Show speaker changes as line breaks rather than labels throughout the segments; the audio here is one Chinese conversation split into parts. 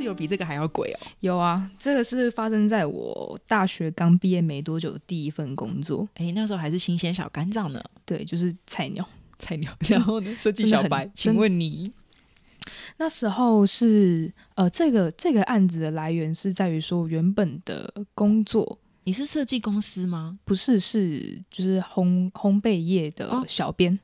有比这个还要贵哦。
有啊，这个是发生在我大学刚毕业没多久的第一份工作。
哎、那时候还是新鲜小干燥呢，
对，就是菜鸟。
菜 鸟。然后呢，设计
真的
小
很
白，
真
请问你
那时候是呃，这个这个案子的来源是在于说，原本的工作
你是设计公司吗？
不是是就是烘烘焙业
哦
的小编，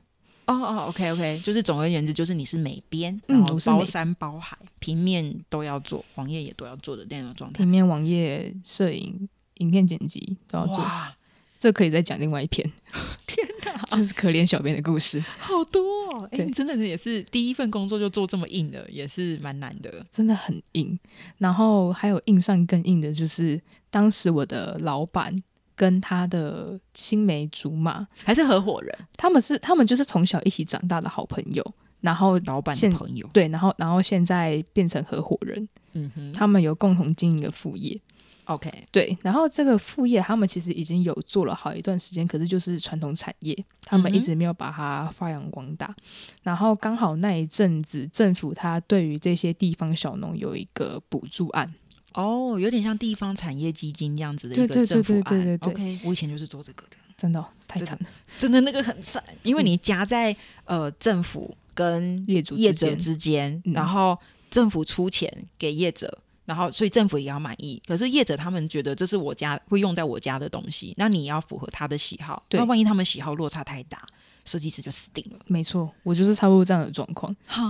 哦哦，OK OK，就是总而言之，就是你是美编，
嗯
然后
我是
包
美
山包海，平面都要做，网页也都要做的那种状态
平。面网页、摄影、影片剪辑都要做。
哇，
这可以再讲另外一篇，
天哪，
就是可怜小编的故事，
好多哦！哎、
对
你真的是也是第一份工作就做这么硬的，也是蛮难的。
真的很硬。然后还有硬上更硬的，就是当时我的老板跟他的青梅竹马，
还是合伙人，
他们是他们就是从小一起长大的好朋友，然后
老板的
现
朋友。
对，然后然后现在变成合伙人，
嗯哼，
他们有共同经营的副业，
OK，
对，然后这个副业他们其实已经有做了好一段时间，可是就是传统产业，他们一
嗯哼
直没有把它发扬光大。然后刚好那一阵子，政府它对于这些地方小农有一个补助案，
哦，有点像地方产业基金这样子的
对
一个
对
政府
对
案。
对对对
OK，我以前就是做这个的，
真的哦、太
这
惨了，
真的那个很惨，因为你夹在呃政府跟
嗯业主
业
之
者
间
之间，
嗯
然后政府出钱给业者。然后，所以政府也要满意。可是业者他们觉得这是我家会用在我家的东西，那你要符合他的喜好。
对
那万一他们喜好落差太大，设计师就死定了。哦
没错，我就是差不多这样的状况。
哈、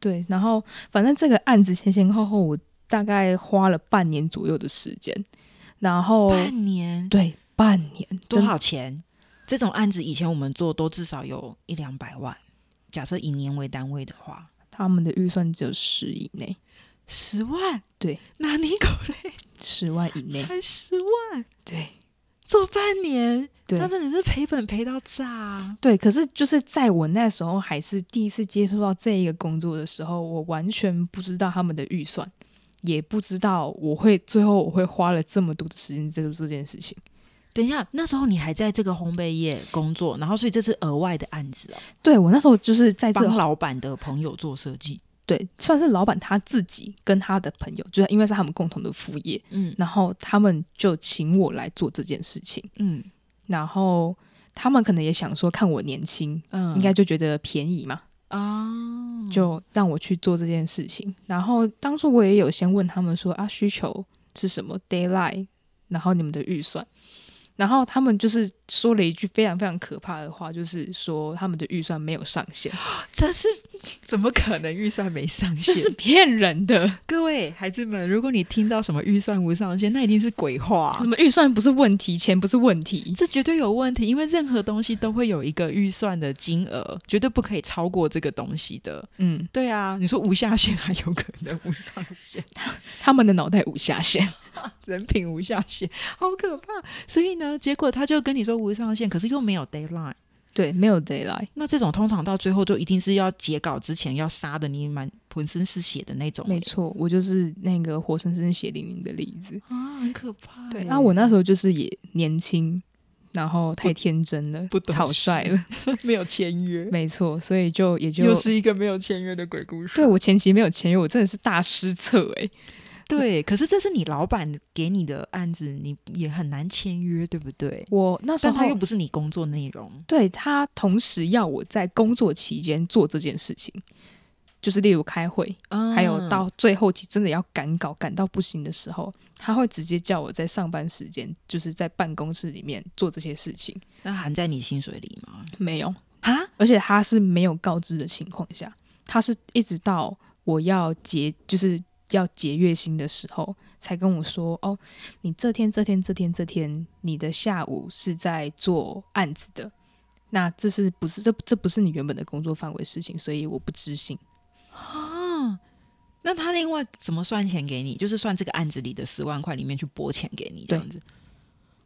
对，然后反正这个案子前前后后，我大概花了半年左右的时间，然后
半年
对半年，
多
真
少钱？这种案子以前我们做都至少有一两百万，假设以年为单位的话，
他们的预算只有十以内，
十万，
对，
拿尼狗
十万以内，
才十万，
对
做半年，
对
他真的是赔本赔到炸啊、
对。可是就是在我那时候还是第一次接触到这一个工作的时候，我完全不知道他们的预算，也不知道我会最后我会花了这么多的时间在做这件事情。
等一下，那时候你还在这个烘焙业工作，然后所以这是额外的案子哦，
对我那时候就是在这
帮老板的朋友做设计，
对，算是老板他自己跟他的朋友，就是因为是他们共同的副业，
嗯
然后他们就请我来做这件事情，
嗯
然后他们可能也想说看我年轻，
嗯，
应该就觉得便宜嘛，
啊，
就让我去做这件事情。然后当初我也有先问他们说啊，需求是什么 d a y l i g h t 然后你们的预算，然后他们就是说了一句非常非常可怕的话，就是说他们的预算没有上限，
这是怎么可能预算没上限？
这是骗人的。
各位孩子们，如果你听到什么预算无上限，那一定是鬼话、啊
什么预算不是问题，钱不是问题，
这绝对有问题，因为任何东西都会有一个预算的金额，绝对不可以超过这个东西的。
嗯，
对啊，你说无下限还有可能无上限，
他们的脑袋无下限。
人品无下限， 好可怕。所以呢，结果他就跟你说无上限，可是又没有 d a y l i n e
对，没有 d a y l i g h
那这种通常到最后就一定是要截稿之前要杀的你满浑身是血的那种
t，没错，我就是那个活生生血淋淋的例子。
啊，很可怕。
对，那、我那时候就是也年轻，然后太天真了，
不懂
草
事
率 了，
没有签约，
没错，所以就也就
又是一个没有签约的鬼故事。
对我前期没有签约，我真的是大失策哎诶、
对，可是这是你老板给你的案子，你也很难签约，对不对？
我那时
但
候
他又不是你工作内容，
对他同时要我在工作期间做这件事情，就是例如开会，
啊
还有到最后期真的要赶稿赶到不行的时候，他会直接叫我在上班时间，就是在办公室里面做这些事情。
那含在你薪水里吗？
没有，
啊，
而且他是没有告知的情况下，他是一直到我要结，就是要结月薪的时候，才跟我说：“哦，你这天、这天、这天、这天，你的下午是在做案子的。”那这是不是这这不是你原本的工作范围事情，所以我不知情。
啊，那他另外怎么算钱给你？就是算这个案子里的十万块里面去拨钱给你，这
对
样子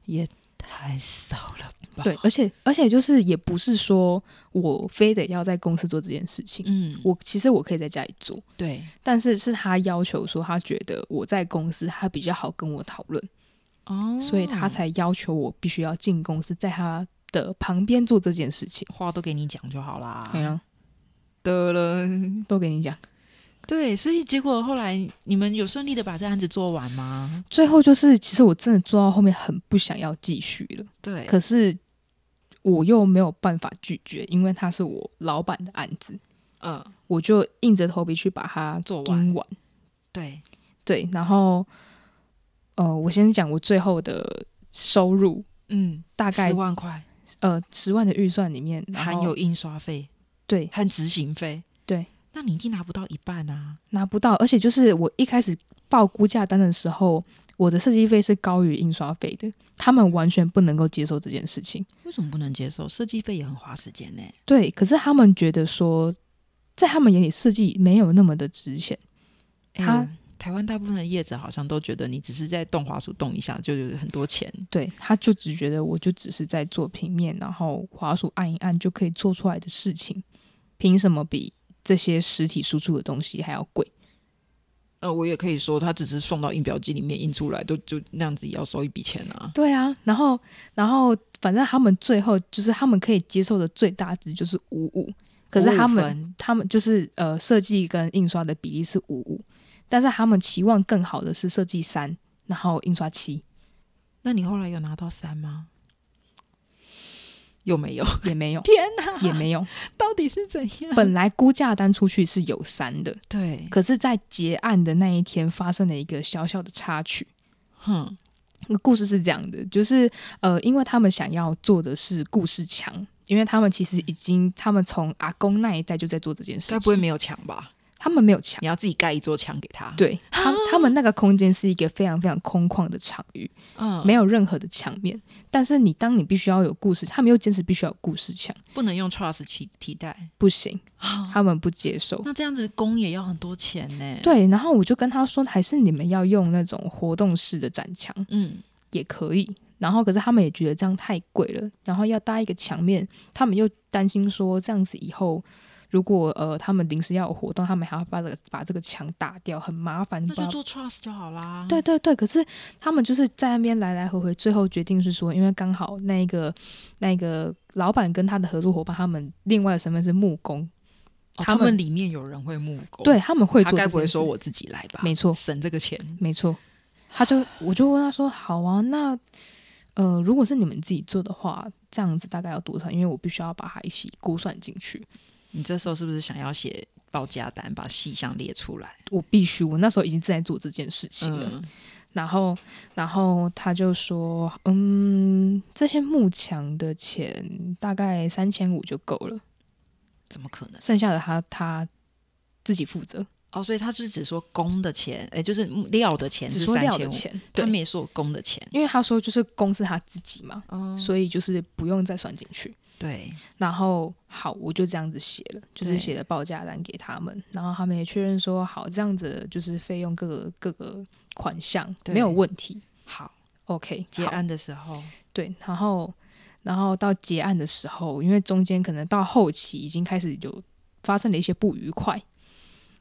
也太少了吧？
对，，而且而且就是也不是说我非得要在公司做这件事情，
嗯，
我其实我可以在家里做，
对，
但是是他要求说他觉得我在公司他比较好跟我讨论，
哦
所以他才要求我必须要进公司，在他的旁边做这件事情。
啊
啊
话都给你讲就好啦。
怎样、
的了，
都给你讲，
对，所以结果后来你们有顺利的把这案子做完吗？
最后就是，其实我真的做到后面很不想要继续了，
对，
可是我又没有办法拒绝，因为它是我老板的案子，
嗯，
我就硬着头皮去把它
做完
盯完。
对，
对，然后呃，我先讲我最后的收入，
嗯，
大概
十万块
呃十万的预算里面，然
含
后
有印刷费
对
和执行费，
对，
那你一定拿不到一半啊。
拿不到，而且就是我一开始报估价单的时候，我的设计费是高于印刷费的，他们完全不能够接受这件事情。
为什么不能接受？设计费也很花时间呢、
对，可是他们觉得说，在他们眼里设计没有那么的值钱。他
嗯台湾大部分的业者好像都觉得你只是在动滑鼠动一下就有很多钱，
对，他就只觉得我就只是在做平面，然后滑鼠按一按就可以做出来的事情，凭什么比这些实体输出的东西还要贵？
呃，我也可以说，他只是送到印表机里面印出来，都就那样子也要收一笔钱啊。
对啊，然后然后反正他们最后就是他们可以接受的最大值就是五五，可是
55
他们
分
他们就是呃设计跟印刷的比例是五五，但是他们期望更好的是设计三，然后印刷七
那你后来有拿到三吗？有没有？。
也没有
天哪，
也没有，
到底是怎样？
本来估价单出去是有三的，
对，
可是，在结案的那一天发生了一个小小的插曲。
哼，
故事是这样的，就是呃，因为他们想要做的是故事墙，因为他们其实已经，他们从阿公那一代就在做这件事
该
情，
不会没有墙吧？
他们没有墙。
你要自己盖一座墙给他。，
对他，他们那个空间是一个非常非常空旷的场域，
嗯，
没
有，
有任何的墙面。但是你当你必须要有故事，他们又坚持必须要有故事墙，
不能用 trust 去替代。
不行，
啊
他们不接受。
那这样子工也要很多钱呢。，
对，然后我就跟他说，还是你们要用那种活动式的展墙。
嗯，
也可以。然后可是他们也觉得这样太贵了，然后要搭一个墙面，他们又担心说这样子以后。如果呃，他们临时要有活动，他们还要把这个把这个墙打掉，很麻烦。
那
不知
就
道
做啊 trust 就好啦。
对，对对，可是他们就是在那边来来回回，最后决定是说，因为刚好那一个那一个老板跟他的合作伙伴，他们另外的身份是木工，
哦
他
他
们
们里面有人会木工，
对，他们会
哦他
做
该
这件事。
不会说我自己来吧？
没错
省这个钱。
没错，他就我就问他说：“好啊，那呃，如果是你们自己做的话，这样子大概要多少？因为我必须要把它一起估算进去。
你这时候是不是想要写报价单，把细项列出来？
我必须，我那时候已经正在做这件事情了。
嗯，
然后，然后他就说：嗯，这些幕墙的钱大概三千五就够了，
怎么可能？
剩下的他他自己负责，
哦，所以他是只说工的钱，哎，就是料的钱
只
是
说
三
料
千
的
五，
钱。对
他，没说工的钱。
因为他说就是公司他自己嘛，
哦，
所以就是不用再算进去。”
对，
然后好，我就这样子写了，就是
对
写了报价单给他们，然后他们也确认说好，这样子就是费用各个各个款项
对
没有问题
好，
，OK，
结
好
案的时候，
对，然后然后到结案的时候，因为中间可能到后期已经开始有发生了一些不愉快，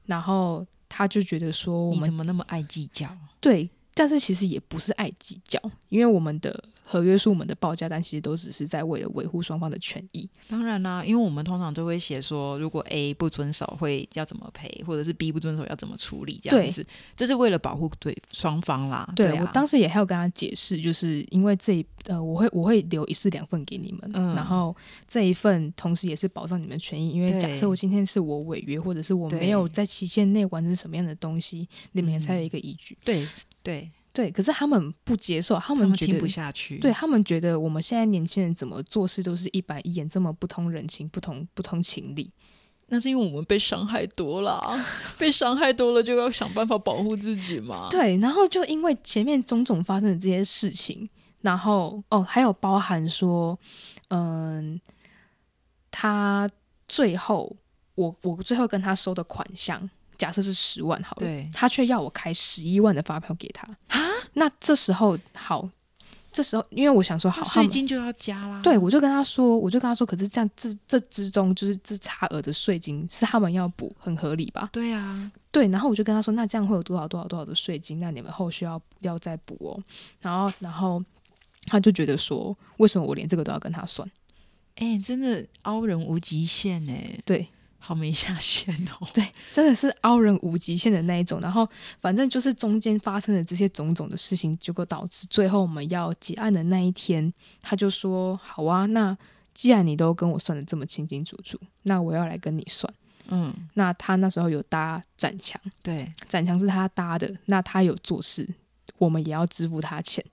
然后他就觉得说我
你
们
怎么那么爱计较？
对，但是其实也不是爱计较，因为我们的合约书、我们的报价单其实都只是在为了维护双方的权益，
当然啦，因为我们通常都会写说，如果 A 不遵守会要怎么赔，或者是 B 不遵守要怎么处理，这
对
样子，这是为了保护对双方啦。
对
啊
我当时也还有跟他解释，就是因为这一呃，我会我会留一式两份给你们，
嗯
然后这一份同时也是保障你们权益，因为
对
假设我今天是我违约，或者是我
对
没有在期限内完成什么样的东西，你们也
嗯
才有一个依据。
对对，
对，可是他们不接受，他
他
们觉
听
得
不下去。
对他们觉得我们现在年轻人怎么做事都是一板一眼，这么不通人情、不通不通情理。
那是因为我们被伤害多了啊，被伤害多了就要想办法保护自己嘛。
对，然后就因为前面种种发生的这些事情，然后哦，还有包含说，嗯，他最后我我最后跟他收的款项，假设是十万好了，
对
他却要我开十一万的发票给他
啊。
那这时候好，这时候因为我想说好，
那
他
税
们
金就要加啦。
对，我就跟他说，我就跟他说，可是这样这这之中就是这差额的税金是他们要补，很合理吧？
对啊，
对，然后我就跟他说，那这样会有多少多少多少的税金，那你们后续要要再补哦。然后，然后他就觉得说，为什么我连这个都要跟他算？
哎、真的凹人无极限哎、
对
好没下限哦。
对，真的是凹人无极限的那一种。然后反正就是中间发生的这些种种的事情，结果导致最后我们要结案的那一天，他就说：“好啊，那既然你都跟我算的这么清清楚楚，那我要来跟你算。
嗯，”
那他那时候有搭展墙，
对，
展墙是他搭的，那他有做事，我们也要支付他钱。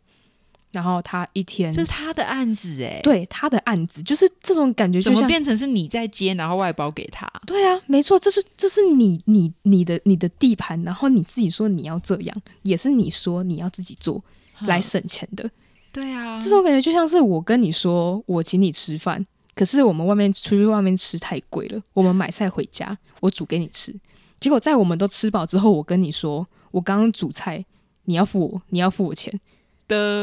然后他一天
这是他的案子哎，，
对他的案子，就是这种感觉，
怎
就
么
像
变成是你在接，然后外包给 他？
对啊，没错，这是这是你你你的你的地盘，然后你自己说你要这样，也是你说你要自己做来
嗯
省钱的，
对啊，
这种感觉就像是我跟你说我请你吃饭，可是我们外面出去外面吃太贵了，我们买菜回家我煮给你吃，结果在我们都吃饱之后，我跟你说我刚刚煮菜，你要付我你要付我钱，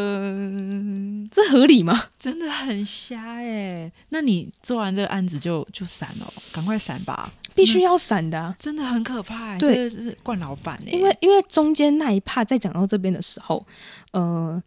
的
这合理吗？
真的很瞎哎。那你做完这个案子就就闪了，哦赶快闪吧，
必须要闪的、啊。
真的很可怕欸。
对
这是惯老板哎，
因为因为中间那一趴在讲到这边的时候，呃，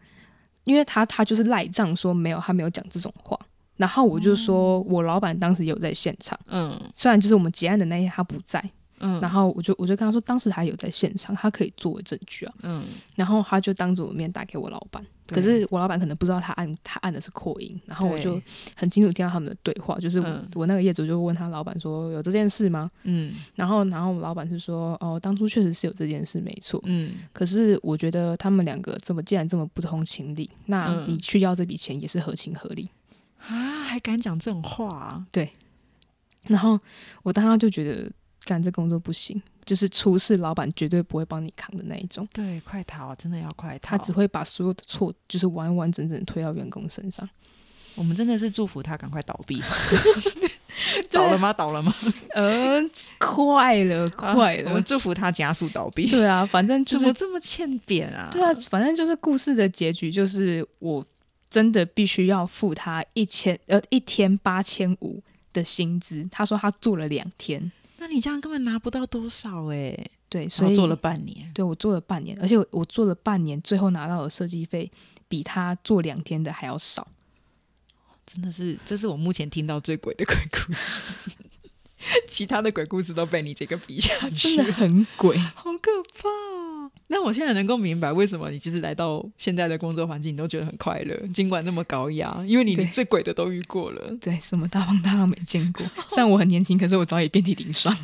因为他他就是赖账说没有，他没有讲这种话。然后我就说，我老板当时也有在现场，
嗯
虽然就是我们结案的那一天他不在，
嗯，
然后我就我就跟他说，当时他有在现场，他可以作为证据啊。
嗯，
然后他就当着我面打给我老板，
对
可是我老板可能不知道他按他按的是扩音，然后我就
对
很清楚听到他们的对话，就是我,、
嗯
我那个业主就问他老板说有这件事吗？
嗯
然后然后我老板是说哦，当初确实是有这件事，没错，
嗯
可是我觉得他们两个这么既然这么不通情理，那
嗯
你去要这笔钱也是合情合理。
啊，还敢讲这种话啊？
然后我当时就觉得，干这工作不行，就是出事老板绝对不会帮你扛的那一种，
对，快逃，啊真的要快逃！
他只会把所有的错就是完完整整推到员工身上。
我们真的是祝福他赶快倒闭。
对啊
倒了吗？倒了吗？
呃，快了，快
啊我
了，
们祝福他加速倒闭。
对啊，反正就
怎么
是
这么欠扁啊？
对啊，反正就是故事的结局就是我真的必须要付他一千呃一天八千五的薪资，他说他做了两天。
那你这样根本拿不到多少哎、欸，
对，所
然后
以
做了半年，
对我做了半年，而且我我做了半年，最后拿到的设计费比他做两天的还要少。
真的是，这是我目前听到最鬼的鬼故事。 其他的鬼故事都被你这个比下
真
去
的
了，
很鬼。
好可怕哦！那我现在能够明白为什么你就是来到现在的工作环境，你都觉得很快乐，尽管那么高压，因为你
对
连最鬼的都遇过了。
对，什么大风大浪没 见过。虽然我很年轻，可是我早已遍体鳞伤。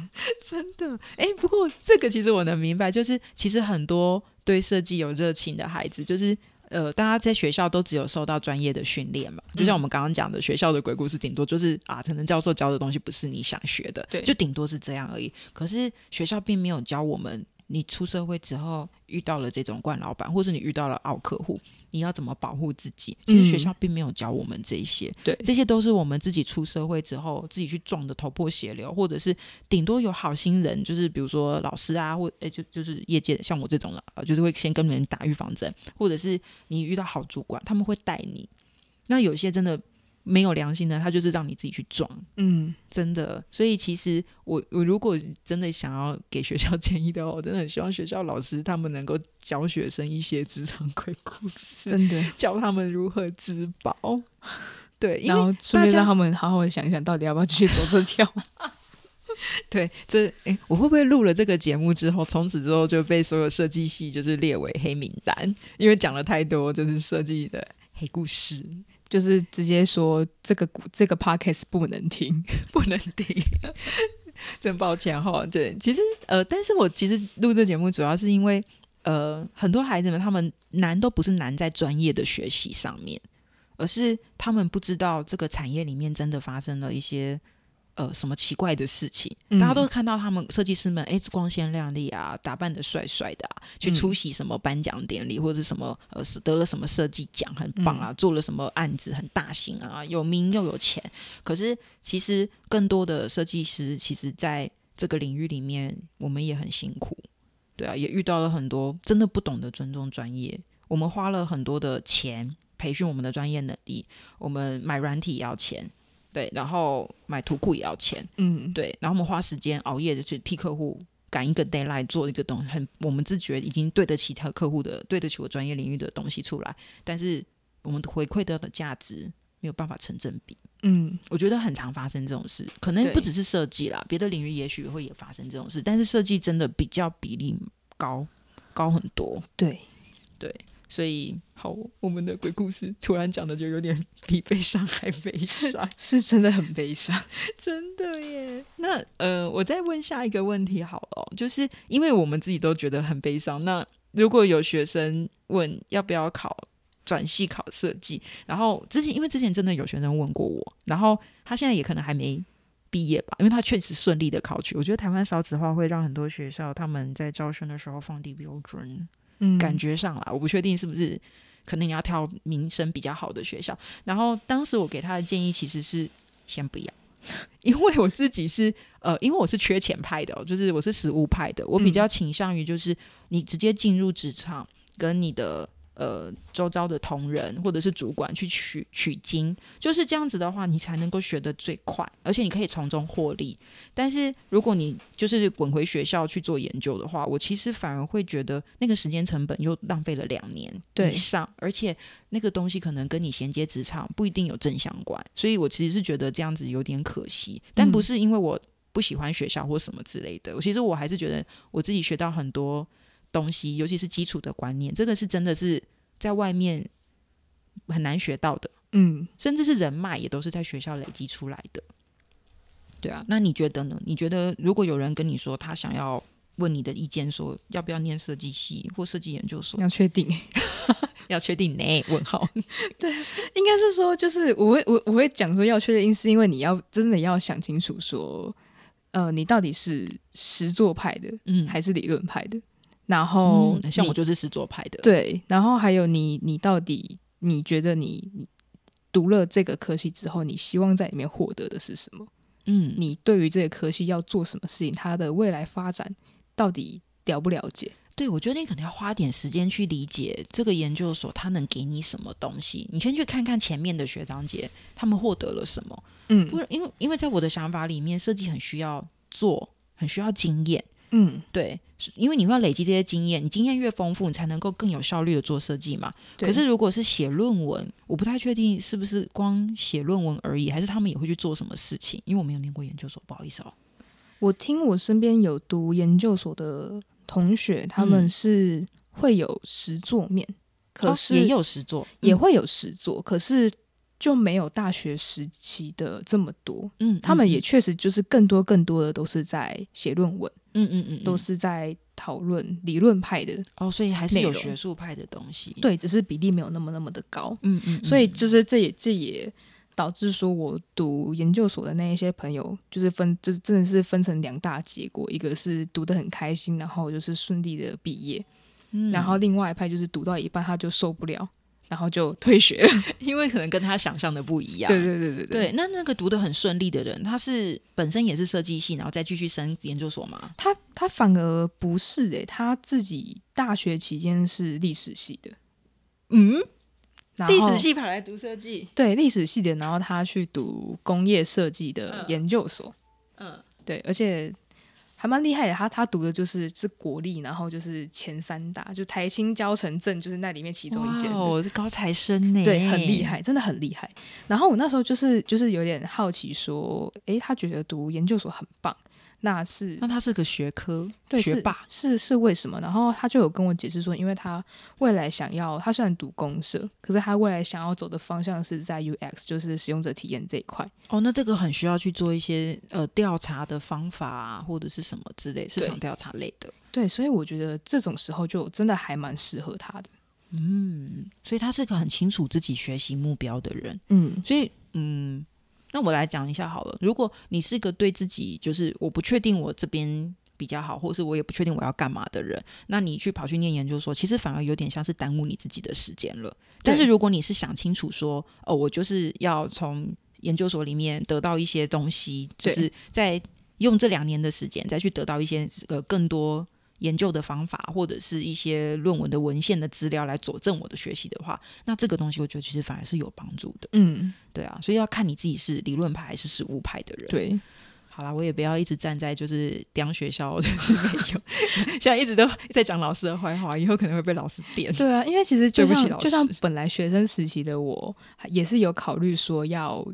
真的，哎，不过这个其实我能明白，就是其实很多对设计有热情的孩子，就是呃，大家在学校都只有受到专业的训练嘛，就像我们刚刚讲的，学校的鬼故事顶多就是啊，可能教授教的东西不是你想学的，
对
就顶多是这样而已。可是学校并没有教我们，你出社会之后遇到了这种惯老板，或是你遇到了奥客户，你要怎么保护自己？其实学
嗯
校并没有教我们这些，
对
这些都是我们自己出社会之后自己去撞的头破血流，或者是顶多有好心人，就是比如说老师啊，或诶就就是业界的像我这种了，呃就是会先跟人打预防针，或者是你遇到好主管，他们会带你。那有些真的没有良心的，他就是让你自己去撞，
嗯，
真的。所以其实我我如果真的想要给学校 建议的话，我真的很希望学校老师他们能够教学生一些职场鬼故事，
真的。
教他们如何自 保。对，因
然
为
后顺便
大家
让他们好好地想一想，到底要不要继续走这条。
对，这诶，我会不会录了这个节目之后，从此之后就被所有设计系就是列为黑名单，因为讲了太多就是设计的黑故事，
就是直接说这个这个 podcast 不能听。
不能听。 真抱歉哈，对，其实呃，但是我其实录这节目主要是因为呃，很多孩子们他们难都不是难在专业的学习上面，而是他们不知道这个产业里面真的发生了一些呃什么奇怪的事情。
嗯
大家都看到他们设计师们哎光鲜亮丽啊，打扮的帅帅的啊，去
嗯
出席什么颁奖典礼、或者什么呃是得了什么设计奖很棒
嗯
啊，做了什么案子很大型啊，有名又有钱。可是其实更多的设计师，其实在这个领域里面，我们也很辛苦。对啊，也遇到了很多真的不懂得尊重专业。我们花了很多的钱培训我们的专业能力，我们买软体也要钱，对，然后买图库也要钱，
嗯，
对，然后我们花时间熬夜的去替客户赶一个 d a y l i g h t 做一个东很我们自觉已经对得起他客户的，对得起我专业领域的东西出来，但是我们回馈到的价值没有办法成正比。
嗯，
我觉得很常发生这种事，可能
对
不只是设计啦，别的领域也许会也发生这种事，但是设计真的比较比例高高很多，
对，，
所以好，我们的鬼故事突然讲的就有点 比悲伤还悲伤
是真的很悲伤。
真的耶。那呃，我再问下一个问题好了哦，就是因为我们自己都觉得很悲伤，那如果有学生问要不要考转系考设计，然后之前因为之前真的有学生问过我，然后他现在也可能还没毕业吧，因为他确实顺利的考取。我觉得台湾少子化会让很多学校他们在招生的时候放低标准，
嗯，
感觉上啦，我不确定是不是，可能你要挑名声比较好的学校。然后当时我给他的建议其实是先不要， 因为我自己是呃，因为我是缺钱派的哦、就是我是实务派的，我比较倾向于就是你直接进入职场，跟你的。呃，周遭的同仁或者是主管去取取经，就是这样子的话，你才能够学得最快，而且你可以从中获利。但是如果你就是滚回学校去做研究的话，我其实反而会觉得那个时间成本又浪费了两年
对
以上，而且那个东西可能跟你衔接职场不一定有正相关，所以我其实是觉得这样子有点可惜，但不是因为我不喜欢学校或什么之类的，我其实我还是觉得我自己学到很多东西，尤其是基础的观念，这个是真的是在外面很难学到的。
嗯，
甚至是人脉也都是在学校累积出来的。对啊，那你觉得呢？你觉得如果有人跟你说他想要问你的意见，说要不要念设计系或设计研究所，
要确定，
要确定呢？问号。
应该是说，就是我会我我会讲说要确定，是因为你要真的要想清楚说，呃，你到底是实作派的
嗯，
还是理论派的，然后
哦、像
嗯你
我就是实作派的。，
对，然后还有你你到底你觉得你你读了这个科系之后，你希望在里面获得的是什么？
嗯，
你对于这个科系要做什么事情，它的未来发展到底了不了解？
对我觉得你可能要花点时间去理解这个研究所它能给你什么东西。你先去看看前面的学长姐他们获得了什么，
嗯
不然因为因为在我的想法里面，设计很需要做，很需要经验。
嗯，
对，是因为你要累积这些经验，你经验越丰富，你才能够更有效率的做设计嘛。
对
可是如果是写论文，我不太确定是不是光写论文而已，还是他们也会去做什么事情？因为我没有念过研究所，不好意思哦。
我听我身边有读研究所的同学，他们
嗯
是会有实作面，可
哦
是
也有嗯实作，
也会有实作，可是就没有大学时期的这么多。
嗯，嗯，
他们
嗯
也确实就是更多更多的都是在写论文，
嗯嗯嗯嗯
都是在讨论理论派的，
哦，所以还是
内
有
容
学术派的东西。，
对，只是比例没有那么那么的高。
嗯嗯，嗯
所以就是这也这也导致说我读研究所的那一些朋友，就是分就是真的是分成两大结果，一个是读得很开心，然后就是顺利的毕业，
嗯
然后另外一派就是读到一半他就受不了，然后就退学了。
因为可能跟他想象的不一样，
对对对对
对。那那个读的很顺利的人，他是本身也是设计系，然后再继续升研究所嘛？
他他反而不是诶、他自己大学期间是历史系的，
嗯，
然后
历史系跑来读设计，
对历史系的，然后他去读工业设计的
嗯
研究所，
嗯，
对，而且还蛮厉害的。他他读的就是是国立，然后就是前三大，就台青交城镇，就是那里面其中一间的。
哦，是高材生呢，
对，很厉。害，真的很厉害。然后我那时候就是就是有点好奇，说，诶，他觉得读研究所很棒，那是
那他是个学科
对
学
是
霸，
是是为什么？然后他就有跟我解释说，因为他未来想要，他虽然读公社，可是他未来想要走的方向是在 UX，就是使用者体验这一块。
哦，那这个很需要去做一些呃调查的方法啊，或者是什么之类市场调查类的。
对，所以我觉得这种时候就真的还蛮适合他的。
嗯，所以他是个很清楚自己学习目标的人。
嗯
所以，嗯，那我来讲一下好了。如果你是个对自己就是我不确定我这边比较好，或是我也不确定我要干嘛的人，那你去跑去念研究所，其实反而有点像是耽误你自己的时间了。但是
对
如果你是想清楚说，哦，我就是要从研究所里面得到一些东西，就
对
是在用这两年的时间再去得到一些呃更多研究的方法，或者是一些论文的文献的资料来佐证我的学习的话，那这个东西我觉得其实反而是有帮助的。
嗯，
对啊，所以要看你自己是理论派还是实务派的人。，
对。
好啦，我也不要一直站在就是当学校就是没有， 现在一直都在讲老师的坏话，以后可能会被老师点。
对啊，因为其实
对
就
不起
像
老
就像
师
本来学生时期的我，还也是有考虑说要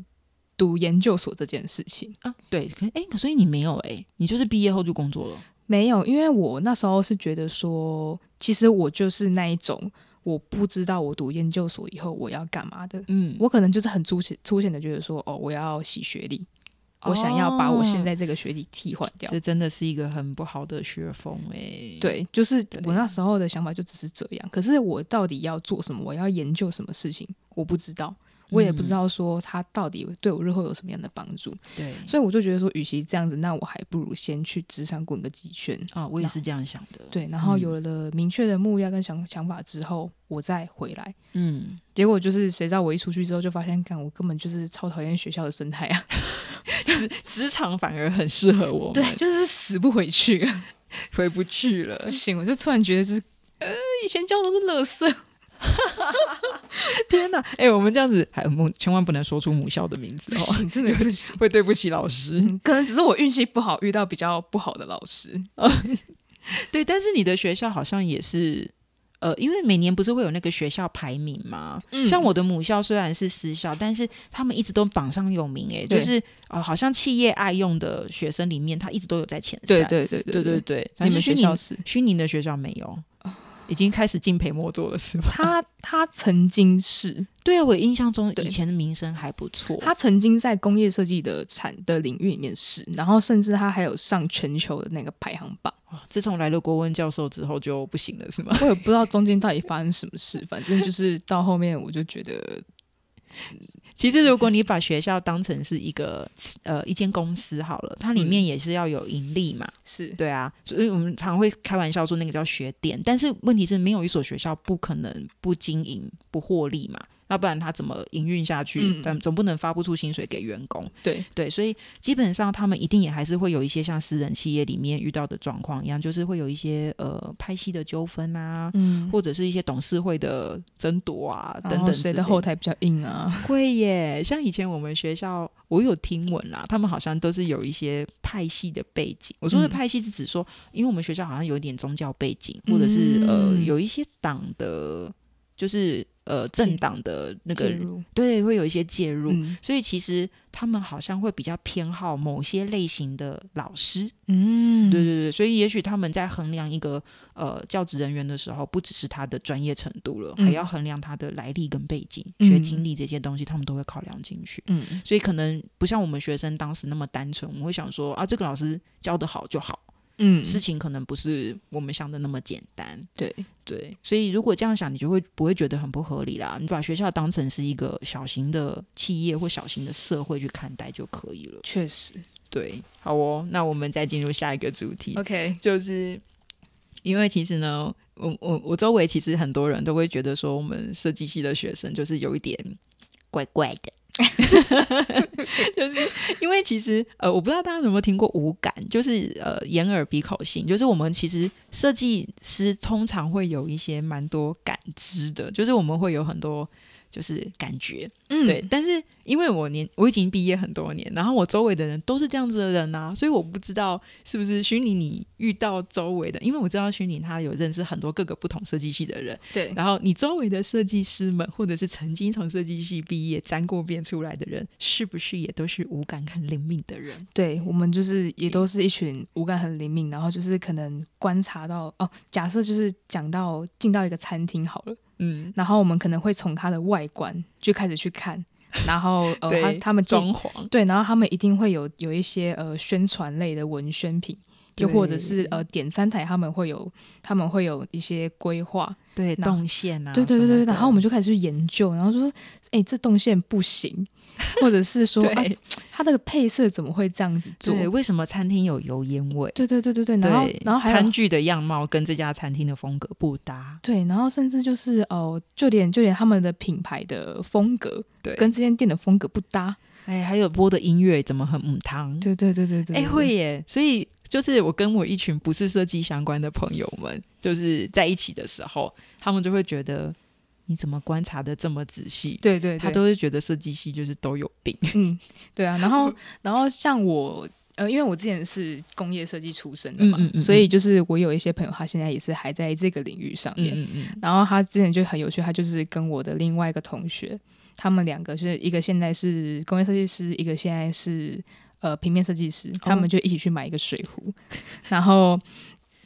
读研究所这件事情。
啊，对，可哎、可所以你没有哎、你就是毕业后就工作了，
没有，因为我那时候是觉得说，其实我就是那一种，我不知道我读研究所以后我要干嘛的。
嗯
我可能就是很粗浅粗浅的觉得说，哦，我要洗学历，我想要把我现在这个学历替换掉。
哦这真的是一个很不好的学风哎、，
对，就是我那时候的想法就只是这样。可是我到底要做什么？我要研究什么事情？我不知道，我也不知道说它到底对我日后有什么样的帮助。
嗯对，
所以我就觉得说，与其这样子，那我还不如先去职场滚个几圈。
啊，我也是这样想的，，
对，然后
嗯
有了明确的目标跟想想法之后，我再回来。
嗯，
结果就是，谁知道我一出去之后就发现，干我根本就是超讨厌学校的生态啊！
职场反而很适合我们，
对，就是死不回去了。
回不去
不
了，
行，我就突然觉得就是，呃，以前教的都是垃圾。
天哪，哎、我们这样子还母千万不能说出母校的名字
不
哦，
行，真的不行。
会对不起老师，
嗯可能只是我运气不好，遇到比较不好的老师。
对，但是你的学校好像也是，呃，因为每年不是会有那个学校排名吗？
嗯
像我的母校虽然是私校，但是他们一直都榜上有名、诶，就
对
是哦、呃好像企业爱用的学生里面，他一直都有在前三。
对啊对对
对
对
对
对，
对，
你
反
们
正
学
虚
校
拟
是？
虚拟的学校没有，已经开始敬陪末座了，是吧？
他他曾经是，
对啊，我印象中
对
以前的名声还不错。
他曾经在工业设计的产的领域里面是，然后甚至他还有上全球的那个排行 榜。
哦自从来了国文教授之后就不行了，是吗？
我也不知道中间到底发生什么事，反正就是到后面我就觉得，
其实，如果你把学校当成是一个呃一间公司好了，它里面也是要有盈利嘛。
是
对啊，所以我们常会开玩笑说那个叫学点，但是问题是没有一所学校不可能不经营不获利嘛，要不然他怎么营运下去
嗯？
但总不能发不出薪水给员工。
对
对，所以基本上他们一定也还是会有一些像私人企业里面遇到的状况一样，就是会有一些呃拍戏的纠纷啊。
嗯，
或者是一些董事会的争夺啊，等
然后
等
谁
之
的
类
后台比较硬啊？
会耶，像以前我们学校，我有听闻啦，他们好像都是有一些派系的背景。我说的
嗯
派系是指说，因为我们学校好像有一点宗教背景，或者是呃
嗯
有一些党的，就是呃政党的那个
介入
对，会有一些介入。
嗯
所以其实他们好像会比较偏好某些类型的老师，
嗯，
对对对，所以也许他们在衡量一个呃教职人员的时候，不只是他的专业程度了，
嗯
还要衡量他的来历跟背景、
嗯
学经历这些东西，他们都会考量进去。
嗯，
所以可能不像我们学生当时那么单纯，我们会想说啊，这个老师教的好就好，
嗯
事情可能不是我们想的那么简单。
对，
对，所以如果这样想，你就会不会觉得很不合理啦？你把学校当成是一个小型的企业或小型的社会去看待就可以了。
确实
对，好哦，那我们再进入下一个主题。
，OK，
就是因为其实呢，我我我周围其实很多人都会觉得说，我们设计系的学生就是有一点怪怪的。 就是因为其实呃，我不知道大家有没有听过五感，就是呃眼耳鼻口心，就是我们其实设计师通常会有一些蛮多感知的，就是我们会有很多就是感觉，
嗯，
对，，但是因为我年我已经毕业很多年，然后我周围的人都是这样子的人啊，所以我不知道是不是虚拟你遇到周围的，因为我知道虚拟他有认识很多各个不同设计系的人，
对，
然后你周围的设计师们，或者是曾经从设计系毕业沾过边出来的人，是不是也都是五感很灵敏的人？
对我们就是也都是一群五感很灵敏，然后就是可能观察到哦，假设就是讲到进到一个餐厅好了，
嗯，
然后我们可能会从它的外观就开始去 看，然后呃，
对
他他们进
装潢，
对，然后他们一定会有有一些呃宣传类的文宣品，又或者是
对
呃点餐台，他们会有他们会有一些规划，
对
然后
动线啊，
对对对对，
什么的
然后我们就开始去研究，然后说，哎，这动线 不行，或者是说啊，
对
它那个配色怎么会这样子做？
对，为什么餐厅有油烟味？
对对对对对，然后
对，
然后还
餐
有
具的样貌跟这家餐厅的风格不搭，
对，然后甚至就是哦、呃就连就连他们的品牌的风格
对
跟这间店的风格不搭，
哎，还有播的音乐怎么很母汤？
对对对对对，
哎、
对
会耶！所以就是我跟我一群不是设计相关的朋友们，就是在一起的时候，他们就会觉得你怎么观察的这么仔细？
对对对，
他都会觉得设计系就是都有病。
嗯，对啊，然后然后像我呃，因为我之前是工业设计出身的嘛，
嗯嗯嗯嗯
所以就是我有一些朋友，他现在也是还在这个领域上 面。
嗯嗯
然后他之前就很有趣，他就是跟我的另外一个同学，他们两个就是一个现在是工业设计师，一个现在是呃平面设计师，他
哦
们就一起去买一个水壶， 然后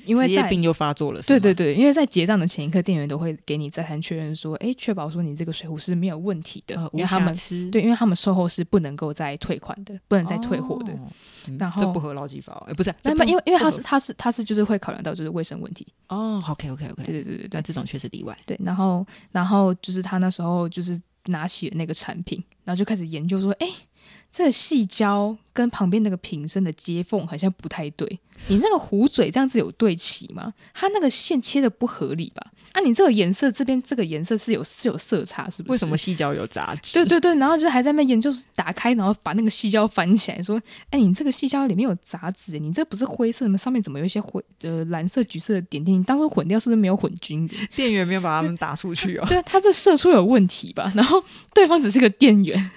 因为
职业
在
病又发作了，是
对
吗
对，对，因为在结账的前一刻，店员都会给你再三确认说，诶，确保说你这个水壶是没有问题的，
呃，
因
无
为
瑕
他们
疵，
对，因为他们售后是不能够再退款的，不能再退货的。
哦嗯
然
这
后
不合劳基法哦，哎，不是，
那
这
么，
不
因为因为
不
他
合
是他是他是就是会考量到就是卫生问题，
哦，OK OK OK，
对对对对
但
对
这种确实例外，
对。然后然后就是他那时候就是拿起了那个产品，然后就开始研究说，诶，这个细胶跟旁边那个瓶身的接缝好像不太对，你那个壶嘴这样子有对齐吗？它那个线切的不合理吧？啊，你这个颜色这边这个颜色是有是有色差是不是？
为什么细胶有杂质？
对对对，然后就还在那边研究室打开，然后把那个细胶翻起来，说：“哎，你这个细胶里面有杂质，你这不是灰色吗？上面怎么有一些灰呃蓝色、橘色的点点？你当初混掉是不是没有混均匀？
店员没有把他们打出去哦，
对，他这射出有问题吧？ 然后对方只是个店员，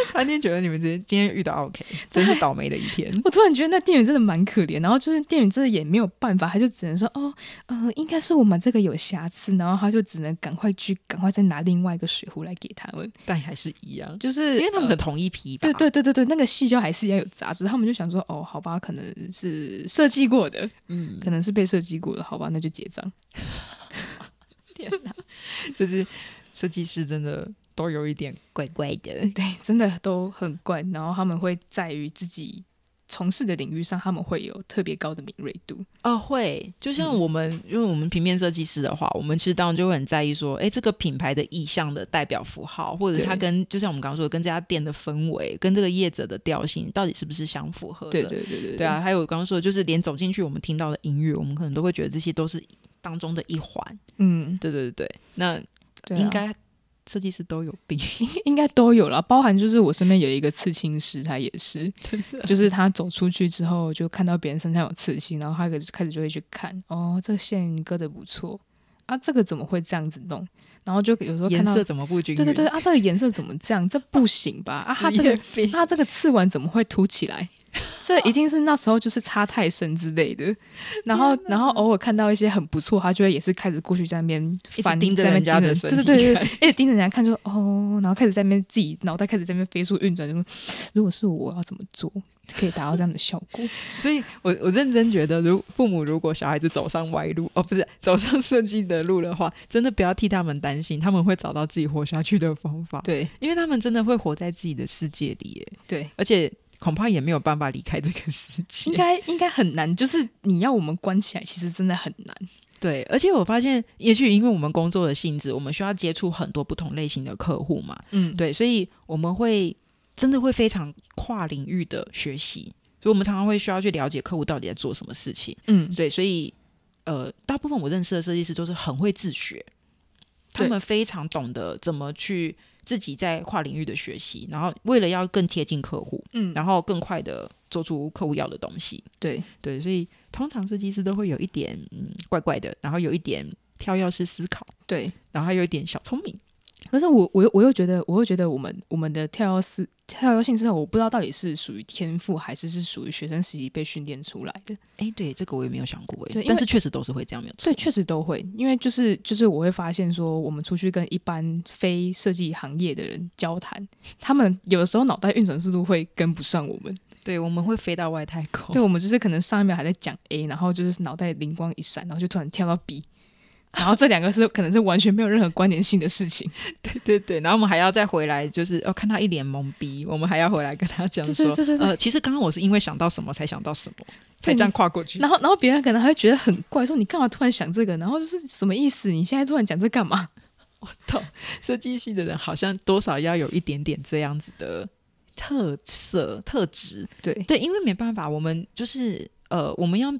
他今天觉得你们今天今天遇到 OK，真是倒霉的一天。
我突然觉得那店员真的蛮可怜，然后就是店员真的也没有办法，他就只能说：哦，呃，应该是我们这个有瑕疵，然后他就只能赶快去，赶快再拿另外一个水壶来给他们，
但还是一样，
就是
因为他们
呃
的同一批吧。
对对对对对，那个细胶还是要有杂质，他们就想说，哦，好吧，可能是设计过的，
嗯，
可能是被设计过的，好吧，那就结账。
天哪， 就是设计师真的都有一点怪怪 的。
对，真的都很怪，然后他们会在于自己从事的领域上，他们会有特别高的敏锐度。
哦，会，就像
嗯
我们，因为我们平面设计师的话，我们其实当然就会很在意说，哎，这个品牌的意象的代表符号，或者
对
它跟就像我们刚刚说的，跟这家店的氛围，跟这个业者的调性，到底是不是相符合的？
对对对对
对啊，，还有刚刚说的，就是连走进去我们听到的音乐，我们可能都会觉得这些都是当中的一环。
嗯，
对对对，对那
对啊
应该设计师都有病，
应该都有了，包含就是我身边有一个刺青师，他也是，
真的。
就是他走出去之后，就看到别人身上有刺青，然后他开始就会去看，哦，这个线割的不错啊，这个怎么会这样子弄？然后就有时候看
颜
到
色怎么不均
对
匀？
对对啊，这个颜色怎么这样？这不行吧？啊，它
职
这
业
个
病，
它这个刺完怎么会凸起来？ 这一定是那时候就是插太深之类的。然后然后偶尔看到一些很不错，他就会也是开始过去在那边
一直
翻，
盯着
在那
人
边
家的
盯着
身体
对对对对
看，
一哎直盯着人家看就，哦，然后开始在那边自己脑袋开始在那边飞速运转，就说如果是我我要怎么做可以达到这样的效果？
所以我我认真觉得，如父母如果小孩子走上歪路，哦，不是走上设计的路的话，真的不要替他们担心，他们会找到自己活下去的方法，
对
因为他们真的会活在自己的世界里耶，
对，
而且恐怕也没有办法离开这个世界。
应该应该很难，就是你要我们关起来，其实真的很难。
对，而且我发现，也许因为我们工作的性质，我们需要接触很多不同类型的客户嘛，
嗯，
对，所以我们会真的会非常跨领域的学习，所以我们常常会需要去了解客户到底在做什么事情。
嗯
对，所以呃，大部分我认识的设计师都是很会自学，他
对
们非常懂得怎么去自己在跨领域的学习，然后为了要更贴近客户，
嗯，
然后更快的做出客户要的东西。
对
对，所以通常设计师都会有一点嗯怪怪的，然后有一点跳跃式思考，
对。
然后还有一点小聪明。
可是我我又我又觉得，我又觉得我们我们的跳跃思跳跃性思考，我不知道到底是属于天赋，还是是属于学生时期被训练出来的。
哎，对，这个我也没有想过
对
哎，
因
但
为
是确实都是会这样，没有错。
对，确实都会，因为就是就是我会发现说，我们出去跟一般非设计行业的人交谈，他们有的时候脑袋运转速度会跟不上我们。
对，我们会飞到外太空。
对我们就是可能上一秒还在讲 A，然后就是脑袋灵光一闪，然后就突然跳到 B。然 后这两个是可能是完全没有任何关联性的事情，
对对，然后我们还要再回来，就是哦，看他一脸懵逼，我们还要回来跟他讲
对
说，
对对对对
呃，其实刚刚我是因为想到什么才想到什么，才
对
这样跨过去。
然后然后别人可能还会觉得很怪，说你干嘛突然想这个？然后就是什么意思？你现在突然讲这干嘛？
设计系的人好像多少要有一点点这样子的特色特质，
对
对，因为没办法，我们就是呃，我们要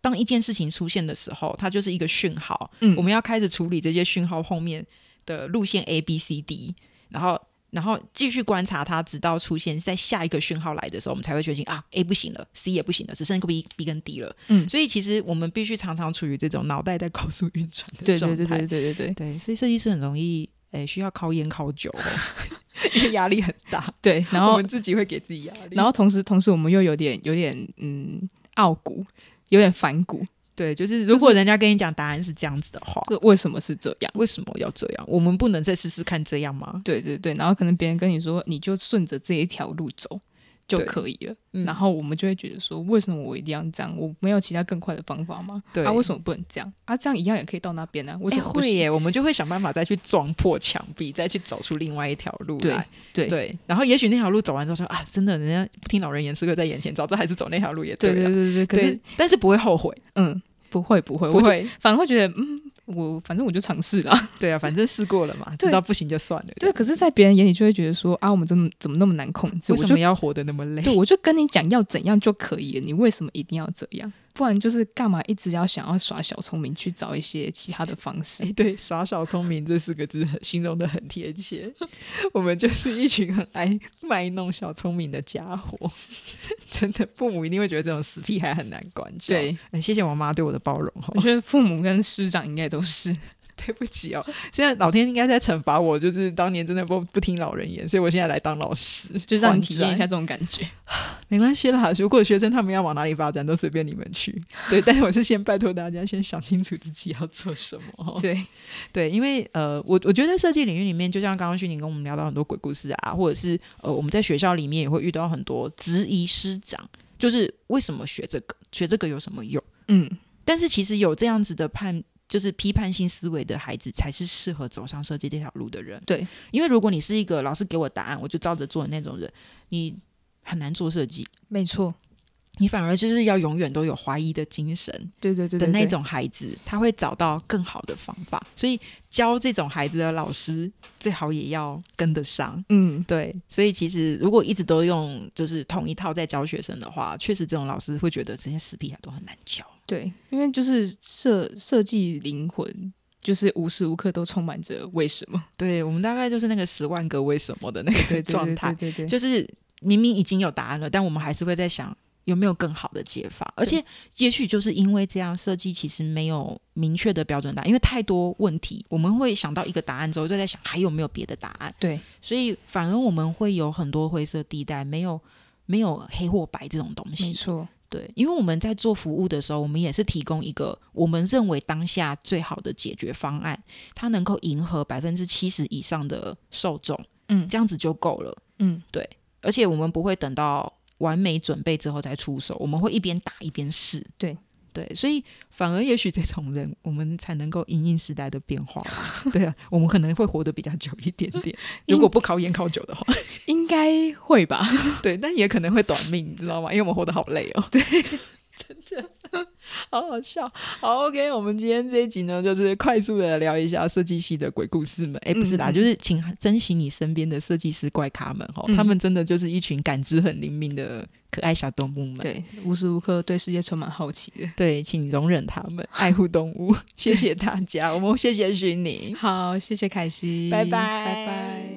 当一件事情出现的时候，它就是一个讯号，
嗯
我们要开始处理这些讯号后面的路线 A B C D，然后然后继续观察它，直到出现在下一个讯号来的时候，我们才会决定啊 A 不行了，C 也不行了，只剩个 B B 跟 D 了。
嗯
所以其实我们必须常常处于这种脑袋在高速运转的
对
状态。
对对对对对对
对所以设计师很容易。哎，需要靠烟靠酒、哦， 因为压力很大。
对，然
我
后
们自己会给自己压力。
然后同时同时我们又有点有点嗯傲骨，有点反骨，
对，就是如果人家跟你讲答案是这样子的话，
就为什么是这样？
为什么要这样？我们不能再试试看这样吗？
对对对，然后可能别人跟你说，你就顺着这一条路走就
对
可以了，
嗯
然后我们就会觉得说，为什么我一定要这样？我没有其他更快的方法吗？
对
啊，为什么不能这样？啊，这样一样也可以到那边呢、啊？为
哎、
什么不
会
行？
耶，我们就会想办法再去撞破墙壁，再去走出另外一条路
对
来。
对
对，然后也许那条路走完之后说啊，真的，人家不听老人言，吃亏在眼前，早知道还是走那条路也
对
啊
对对对，可
对
是
但是不会后悔，
嗯，不会不会，
不
我就
会。
反而会觉得嗯，我反正我就尝试了。
对啊，反正试过了嘛，
对
知道不行就算了。这
对，
样
可是，在别人眼里就会觉得说啊，我们怎么怎么那么难控制？
为
我
什
就
么要活得那么累？
对我就跟你讲要怎样就可以了，你为什么一定要这样？不然就是干嘛一直要想要耍小聪明，去找一些其他的方 式
哎、？对，耍小聪明这四个字很形容的很贴切。 我们就是一群很爱卖弄小聪明的家伙， 真的，父母一定会觉得这种死屁孩很难管教。
对，
哎，谢谢我妈对我的包容
我
哦。
觉得父母跟师长应该都 是，
对不起哦，现在老天应该在惩罚我，就是当年真的不不听老人言，所以我现在来当老师，
就让你
还
体验一
债
下这种感觉。
没关系啦，如果学生他们要往哪里发展，都随便你们去。对，但是我是先拜托大家先想清楚自己要做什么。哦
对，
对，因为呃，我我觉得设计领域里面，就像刚刚旭宁跟我们聊到很多鬼故事啊，或者是呃，我们在学校里面也会遇到很多质疑师长，就是为什么学这个，学这个有什么用？
嗯，
但是其实有这样子的判，就是批判性思维的孩子，才是适合走上设计这条路的人。
对，
因为如果你是一个老师给我答案，我就照着做的那种人，你很难做设计。
没错，
你反而就是要永远都有怀疑的精神
对对对
的
对
那，种孩子，他会找到更好的方法。所以教这种孩子的老师，最好也要跟得上。
对嗯，
对，所以其实如果一直都用就是同一套在教学生的话，确实这种老师会觉得这些死皮孩啊都很难教。
对，因为就是设设计灵魂，就是无时无刻都充满着为什么
对我们大概就是那个十万个为什么的那个
对对
状
对
态
对，对对，
就是明明已经有答案了，但我们还是会在想有没有更好的解法。而且，也许就是因为这样设计，其实没有明确的标准答案，因为太多问题，我们会想到一个答案之后，就在想还有没有别的答案，
对
所以反而我们会有很多灰色地带，没有没有黑或白这种东
没
西。
错，
对，因为我们在做服务的时候，我们也是提供一个我们认为当下最好的解决方案，它能够迎合百分之七十以上的受众，
嗯
这样子就够了。
嗯，
而且我们不会等到完美准备之后再出手，我们会一边打一边试。
对
对，所以反而也许这种人，我们才能够因应时代的变化吧。对啊，我们可能会活得比较久一点点，如果不考研考久的话，
应该会吧？
对，但也可能会短命，你知道吗？因为我们活得好累哦。 对。真的好好笑，好 OK。我们今天这一集呢，就是快速的聊一下设计系的鬼故事们。哎、不是啦，
嗯嗯
就是请珍惜你身边的设计师怪咖们哦，
嗯
他们真的就是一群感知很灵敏的可爱小动物们。
对，无时无刻对世界充满好奇的。
对，请容忍他们，爱护动物。谢谢大家，我们谢谢许宁。
好，谢谢凯西，
拜拜
拜拜。